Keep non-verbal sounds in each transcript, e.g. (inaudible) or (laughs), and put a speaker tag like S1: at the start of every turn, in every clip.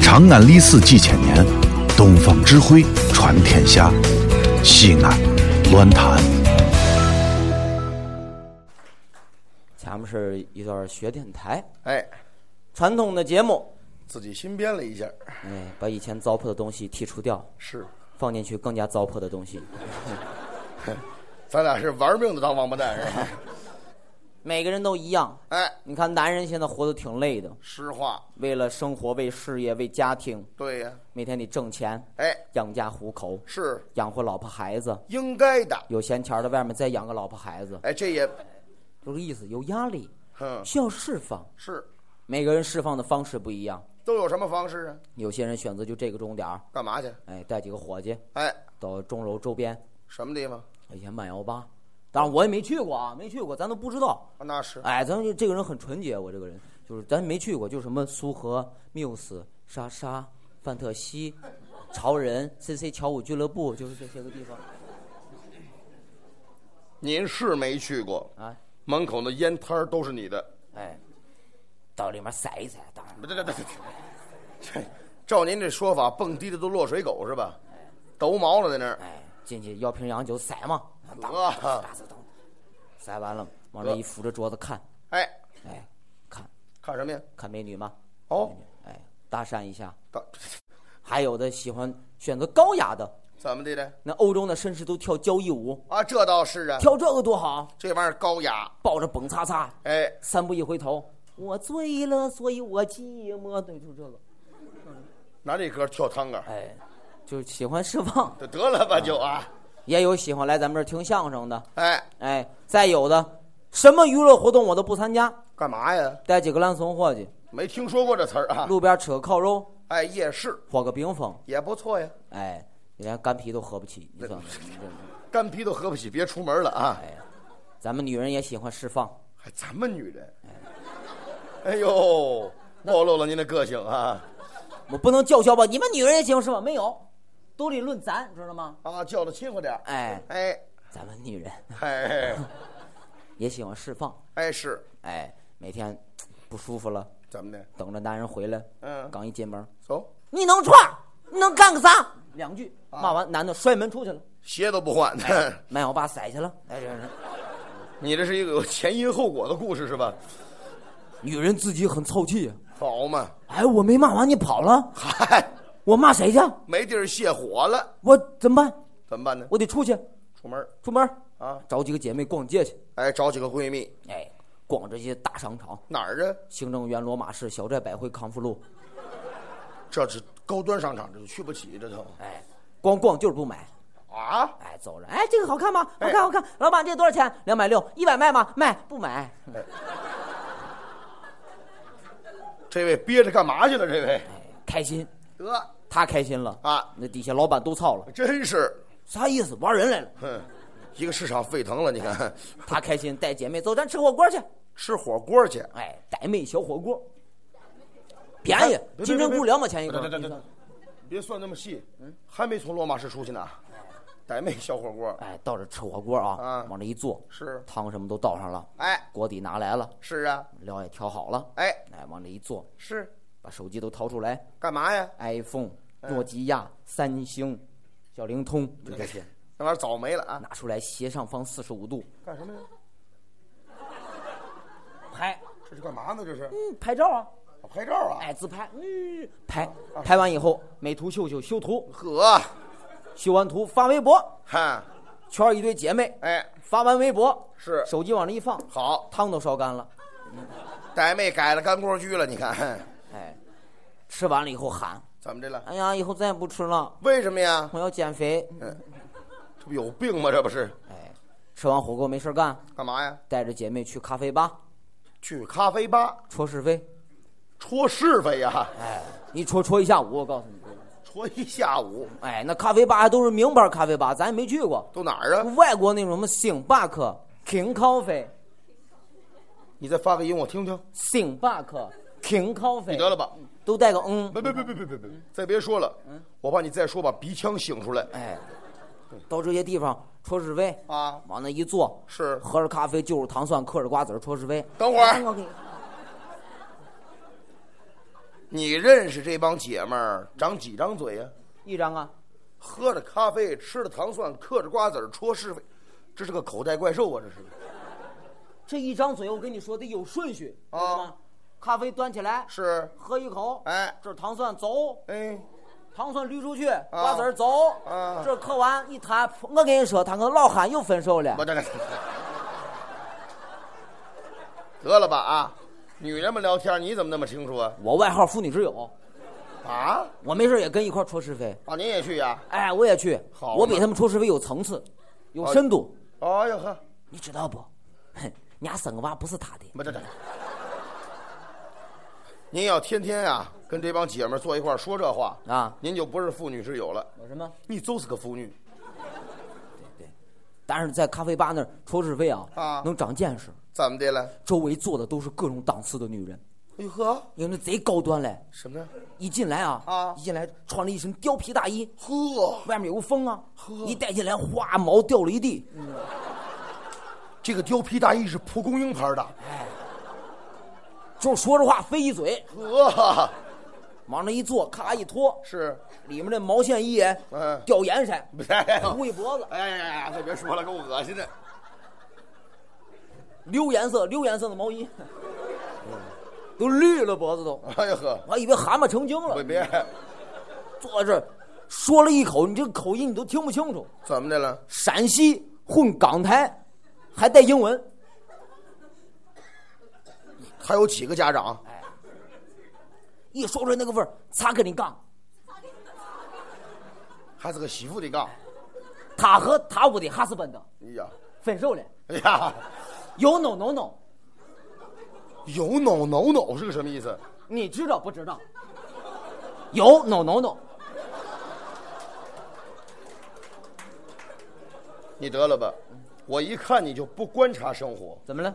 S1: 长安历史几千年，东方智慧传天下。西安，乱谈。
S2: 前面是一段学电台，
S3: 哎，
S2: 传统的节目，
S3: 自己新编了一下，
S2: 哎，把以前糟粕的东西剔除掉，
S3: 是，
S2: 放进去更加糟粕的东西。
S3: 咱俩是玩命的当王八蛋 (laughs) 是吧？
S2: 每个人都一样。
S3: 哎，
S2: 你看，男人现在活得挺累的，
S3: 实话，
S2: 为了生活，为事业，为家庭，
S3: 对呀，
S2: 每天得挣钱，
S3: 哎，
S2: 养家糊口，
S3: 是
S2: 养活老婆孩子。
S3: 应该的，
S2: 有闲钱儿的，外面再养个老婆孩子，
S3: 哎，这也，
S2: 有意思，有压力，
S3: 哼，
S2: 需要释放。
S3: 是，
S2: 每个人释放的方式不一样，
S3: 都有什么方式啊？
S2: 有些人选择就这个钟点儿，
S3: 干嘛去？
S2: 哎，带几个伙计
S3: 哎，
S2: 到钟楼周边，
S3: 什么地方？
S2: 以前慢摇吧，当然我也没去过啊，没去过，咱都不知道。
S3: 啊那是，
S2: 哎，咱就这个人很纯洁，我这个人就是咱没去过，就什么苏荷、Muse、莎莎、范特西、潮人、CC 巧舞俱乐部，就是这些个地方
S3: 您是没去过，
S2: 啊。
S3: 门口那烟摊儿都是你的，
S2: 哎，到里面塞一塞，当然
S3: 不对对对对，这照您这说法，蹦迪的都落水狗是吧？抖毛了在那儿，
S2: 哎，进去要瓶洋酒塞嘛，当
S3: 啊
S2: 打死当，塞完了往这一扶着桌子看，
S3: 哎，
S2: 哎，看
S3: 看什么呀？
S2: 看美女嘛，
S3: 哦，
S2: 哎，搭讪一下。
S3: 到 (laughs)
S2: 还有的喜欢选择高雅的，
S3: 怎么的呢？
S2: 那欧洲那绅士都跳交谊舞，
S3: 啊，这倒是啊，
S2: 跳这个多好，
S3: 这玩意儿高雅，
S2: 抱着蹦擦擦，
S3: 哎，
S2: 三步一回头，我醉了，所以我寂寞。对，就这个，
S3: 拿这歌跳探戈，
S2: 哎，就是喜欢释放，
S3: 就得了吧就啊，
S2: 也有喜欢来咱们这儿听相声的，
S3: 哎，
S2: 哎，再有的什么娱乐活动我都不参加，
S3: 干嘛呀？
S2: 带几个烂怂伙计，
S3: 没听说过这词儿啊？
S2: 路边吃个烤肉，
S3: 哎，夜市
S2: 喝个冰峰，
S3: 也不错呀，
S2: 哎，连干啤都喝不起，你算算，你这
S3: 干啤都喝不起，别出门了啊！
S2: 哎，咱们女人也喜欢释放，
S3: 还咱们女人，哎呦，暴露了您的个性啊！
S2: 我不能叫嚣吧？你们女人也喜欢释放？没有，都得论咱，知道吗？
S3: 啊，叫的亲和点儿，
S2: 哎，
S3: 哎，
S2: 咱们女人
S3: 哎，
S2: 也喜欢释放，
S3: 哎是
S2: 哎，每天嘖不舒服了。
S3: 怎么的？
S2: 等着男人回来，
S3: 嗯
S2: 刚一进门，
S3: 走，
S2: 你能串儿，你能干个啥？两句骂完，男的摔门出去了，
S3: 鞋都不换，
S2: 卖我爸塞去了。哎，这人，
S3: (laughs) 你这是一个有前因后果的故事是吧？
S2: 女人自己很凑气。
S3: 好嘛，
S2: 哎，我没骂完你跑了，
S3: 嗨，
S2: 我骂谁去？
S3: 没地儿泄火了，
S2: 我怎么办？
S3: 怎么办呢？
S2: 我得出去，
S3: 出门儿
S2: 出门
S3: 啊，
S2: 找几个姐妹逛街去。
S3: 哎，找几个闺蜜，
S2: 哎，逛这些大商场，
S3: 哪儿啊？
S2: 行政园、罗马市、小寨百汇、康复路。
S3: 这是高端商场，这就去不起，这都
S2: 哎，光逛就是不买。
S3: 啊！
S2: 哎，走着，哎，这个好看吗？好
S3: 哎
S2: 看，好看。老板，这多少钱？两百六，一百卖吗？卖，不买。
S3: 这位憋着干嘛去了？这位
S2: 开心，
S3: 得
S2: 他开心了
S3: 啊，
S2: 那底下老板都操了，
S3: 真是，
S2: 啥意思？玩人来了。
S3: 哼，一个市场沸腾了。你看，
S2: 他开心，带姐妹走，咱吃火锅去。
S3: 吃火锅去，
S2: 哎，傣妹小火锅，便宜，哎
S3: 哎
S2: 金针菇两毛钱一
S3: 对对对
S2: 个
S3: 对。，别算那么细，
S2: 嗯
S3: 还没从罗马市出去呢。傣妹小火锅，
S2: 哎，到这吃火锅啊
S3: 啊，
S2: 往这一坐，
S3: 是
S2: 汤什么都倒上了，
S3: 哎，
S2: 锅底拿来了，
S3: 是啊，
S2: 料也调好了，
S3: 哎，
S2: 哎，往这一坐，
S3: 是
S2: 把手机都掏出来
S3: 干嘛呀？
S2: ，iPhone、诺
S3: 嗯
S2: 基亚、三星、小灵通就这
S3: (laughs)
S2: 些，
S3: 那玩意儿早没了啊！
S2: 拿出来斜上方四十五度
S3: 干什么呀？
S2: 拍，
S3: 这是干嘛呢？这是
S2: 嗯，拍照啊，
S3: 拍照啊？
S2: 哎，自拍，嗯，拍，拍完以后美图秀秀修图，
S3: 呵，
S2: 修完图发微博，
S3: 哈，
S2: 圈儿一堆姐妹，
S3: 哎，
S2: 发完微博
S3: 是
S2: 手机往那一放，
S3: 好，
S2: 汤都烧干了，
S3: 傣妹改了干锅居了。你看， (laughs)
S2: 哎，吃完了以后喊，
S3: 怎么的了？
S2: 哎呀，以后再也不吃了，
S3: 为什么呀？
S2: 我要减肥。
S3: 这不有病吗？这不是
S2: 哎，吃完火锅没事干，
S3: 干嘛呀？
S2: 带着姐妹去咖啡吧
S3: 去咖啡吧
S2: 戳是非，
S3: 戳是非呀， (laughs)
S2: 哎，一戳戳一下午，我告诉你，
S3: 戳一下午，
S2: 哎，那咖啡吧还都是名牌咖啡吧，咱也没去过，
S3: 都哪儿啊？
S2: 外国那种什么星巴克、King Coffee、
S3: 你再发个音我听听。
S2: 星巴克、King
S3: 你
S2: Coffee，
S3: 得了吧，
S2: 都带个嗯。
S3: 别别别别别别别，再别说了，我怕你再说把鼻腔醒出来
S2: 哎，到这些地方戳是非，
S3: 啊！
S2: 往那一坐，
S3: 是
S2: 喝着咖啡，就着糖蒜，嗑着瓜子儿，戳是非。
S3: 等会儿
S2: 哎我给你
S3: 你认识这帮姐们儿长几张嘴呀、
S2: 一张啊，
S3: 喝着咖啡，吃着糖蒜，嗑着瓜子儿，戳是非，这是个口袋怪兽啊！这是
S2: 这一张嘴我跟你说得有顺序，
S3: 啊
S2: 知道吗？咖啡端起来，
S3: 是，
S2: 喝一口，
S3: 哎
S2: 这糖蒜走，
S3: 哎，
S2: 糖蒜捋出去，瓜子儿走，
S3: 啊
S2: 这嗑完一弹，我跟你说，他跟老汉又分手了
S3: 我。这个 (laughs) 得了吧啊！女人们聊天你怎么那么清楚啊？
S2: 我外号妇女之友，
S3: 啊
S2: 我没事儿也跟一块儿戳是非，
S3: 啊，您也去呀、
S2: 哎，我也去，
S3: 好
S2: 我比
S3: 嘛
S2: 他们戳是非有层次，有深度，
S3: 哎呦呵，
S2: 你知道不？哼，人家生个娃不是他的，
S3: 不这这，您要天天啊跟这帮姐们儿坐一块儿说这话
S2: 啊
S3: 您就不是妇女之友了，
S2: 有什么？
S3: 你就是个妇女。
S2: 但是在咖啡吧那儿戳是非啊，
S3: 啊
S2: 能长见识。
S3: 怎么的了？
S2: 周围坐的都是各种档次的女人，
S3: 哎呦呵，
S2: 因为那贼高端嘞。
S3: 什么呢？
S2: 一进来啊，
S3: 啊
S2: 一进来穿了一身貂皮大衣，
S3: 呵，
S2: 外面有个风啊，一带进来，哗，毛掉了一地。
S3: 这个貂皮大衣是蒲公英牌的。
S2: 就说着话飞一嘴，
S3: 呵，
S2: 往那一坐，咔一脱，
S3: 是，
S2: 里面那毛线一眼，
S3: 嗯
S2: 掉颜色，
S3: (laughs) 不是哎
S2: 糊一脖子，
S3: 哎呀呀，可别说了，给我恶心的。
S2: 溜颜色，溜颜色的毛衣，
S3: 嗯
S2: 都绿了脖子都，
S3: 哎呦呵，
S2: 我还以为蛤蟆成精
S3: 不
S2: 了。
S3: 哎别，
S2: 坐这儿说了一口，你这个口音你都听不清楚，
S3: 怎么的了？
S2: 陕西混港台，还带英文。
S3: 还有几个家长？
S2: 一说出来那个味儿，他跟你杠，
S3: 还是个媳妇的杠。
S2: 他和他屋的哈斯本的
S3: 哎呀，
S2: 分手了，
S3: 哎呀，
S2: 有 no no no，
S3: 有脑挠脑是个什么意思？
S2: 你知道不知道？有 no no no，
S3: 你得了吧，我一看你就不观察生活。
S2: 怎么了？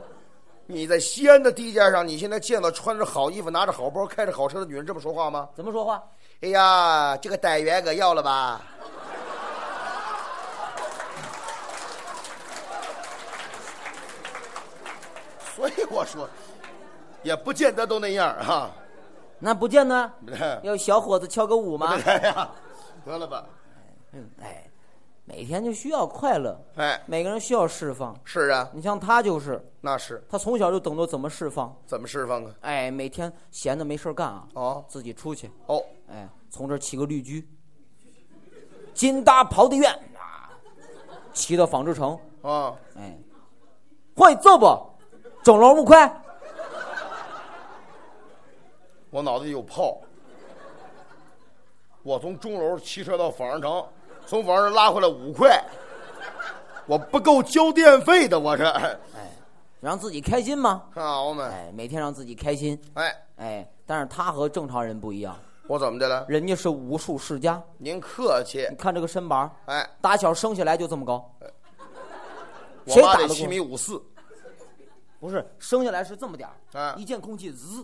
S3: 你在西安的地界上，你现在见到穿着好衣服、拿着好包、开着好车的女人这么说话吗？
S2: 怎么说话？
S3: 哎呀，这个单元可要了吧？ (laughs) 所以我说，也不见得都那样儿啊哈。？
S2: 那不见呢要小伙子敲个舞
S3: (laughs)
S2: 吗？
S3: 哎呀，得了吧？
S2: 嗯哎，每天就需要快乐，
S3: 哎
S2: 每个人需要释放。
S3: 是啊，
S2: 你像他就是，
S3: 那是
S2: 他从小就懂得怎么释放。
S3: 怎么释放啊？
S2: 哎，每天闲的没事儿干啊，
S3: 哦
S2: 自己出去，
S3: 哦，
S2: 哎，从这儿骑个绿驹，金搭刨地院啊，骑到纺织城，
S3: 啊，
S2: 哎，快走吧，整容不快，
S3: 我脑子里有泡。我从钟楼骑车到纺织城，从纺织城拉回来五块，我不够交电费的，我这。
S2: 让自己开心嘛。
S3: 好嘛，
S2: 哎，每天让自己开心。
S3: 哎，
S2: 哎，但是他和正常人不一样，
S3: 我怎么的了？
S2: 人家是武术世家。
S3: 您客气
S2: 你，看这个身板儿，
S3: 哎，
S2: 打小生下来就这么高，
S3: 我
S2: 谁
S3: 妈
S2: 打
S3: 得
S2: 得
S3: 七
S2: 过
S3: 米五四，
S2: 不是生下来是这么点儿，
S3: 啊
S2: 一见空气滋，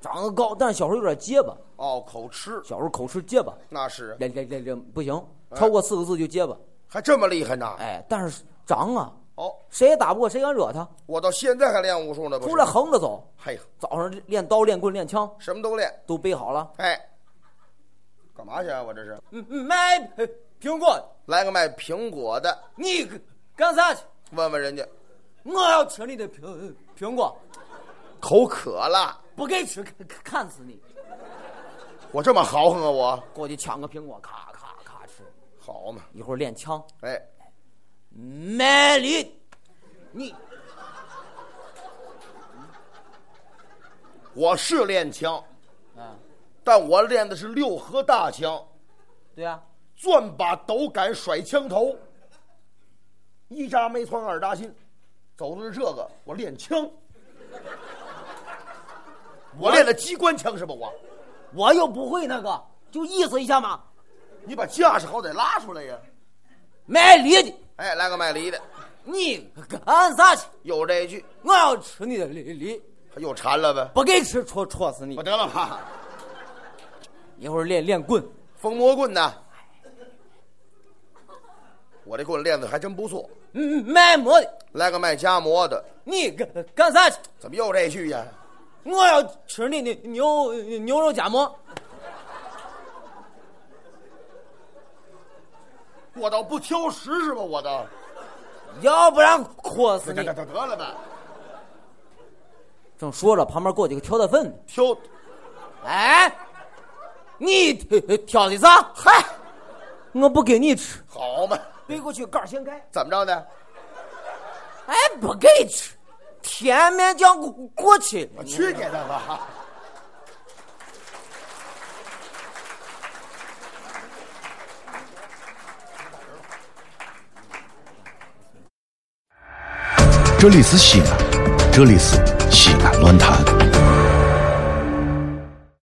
S2: 长得高，但是小时候有点结巴，
S3: 哦，口吃
S2: 小时候口吃结巴，
S3: 那是，啊
S2: 这这这这不行，超过四个字就结巴。
S3: 还这么厉害呢。
S2: 哎，但是长啊，
S3: 哦，
S2: 谁也打不过，谁敢惹他？
S3: 我到现在还练武术呢，不
S2: 出来
S3: 是？
S2: 横着走，
S3: 嘿，
S2: 早上练刀、练棍、练枪
S3: 什么都练。
S2: 都背好了。
S3: 哎，干嘛去啊？我这是
S2: 嗯嗯，卖呃苹果，
S3: 来个卖苹果的，
S2: 你干啥去？
S3: 问问人家，
S2: 我要吃你的苹苹果，
S3: 口渴了，
S2: 不给吃砍砍死你！
S3: 我这么豪横啊？我
S2: 过去抢个苹果，咔咔咔吃。
S3: 好嘛？
S2: 一会儿练枪，
S3: 哎，
S2: 卖力，你
S3: 我是练枪，
S2: 啊，
S3: 但我练的是六合大枪，
S2: 对啊，
S3: 攥把斗杆甩枪头，一扎没穿二扎心，走的是这个。我练枪，我练的机关枪是吧？我，
S2: 我又不会那个，就意思一下嘛，
S3: 你把架势好歹拉出来呀！
S2: 卖力的，
S3: 哎，来个卖梨的，
S2: 你干啥去？
S3: 有这一句，
S2: 我要吃你的梨梨，
S3: 又馋了呗。
S2: 不给吃戳戳死你
S3: 我！得了啊吧，
S2: 一会儿练练棍，
S3: 风魔棍呢？我这棍练的还真不错。
S2: 嗯，卖馍的，
S3: 来个卖夹馍的，
S2: 你干干啥去？
S3: 怎么又这一句呀？
S2: 我要吃你的牛牛肉夹馍。
S3: 我倒不挑食是吧？我倒，
S2: 要不然哭死
S3: 得
S2: 你
S3: 得！得得了吧，
S2: 正说着，旁边过几个挑担粪的，
S3: 挑，
S2: 哎，你挑挑的啥？
S3: 嗨，
S2: 我不给你吃，
S3: 好嘛，
S2: 背过去杆掀盖，
S3: 怎么着呢？
S2: 哎，不给吃，甜面酱过过去
S3: 我
S2: 了。
S3: 去你的吧！
S1: 这里是西安，这里是西安乱坛。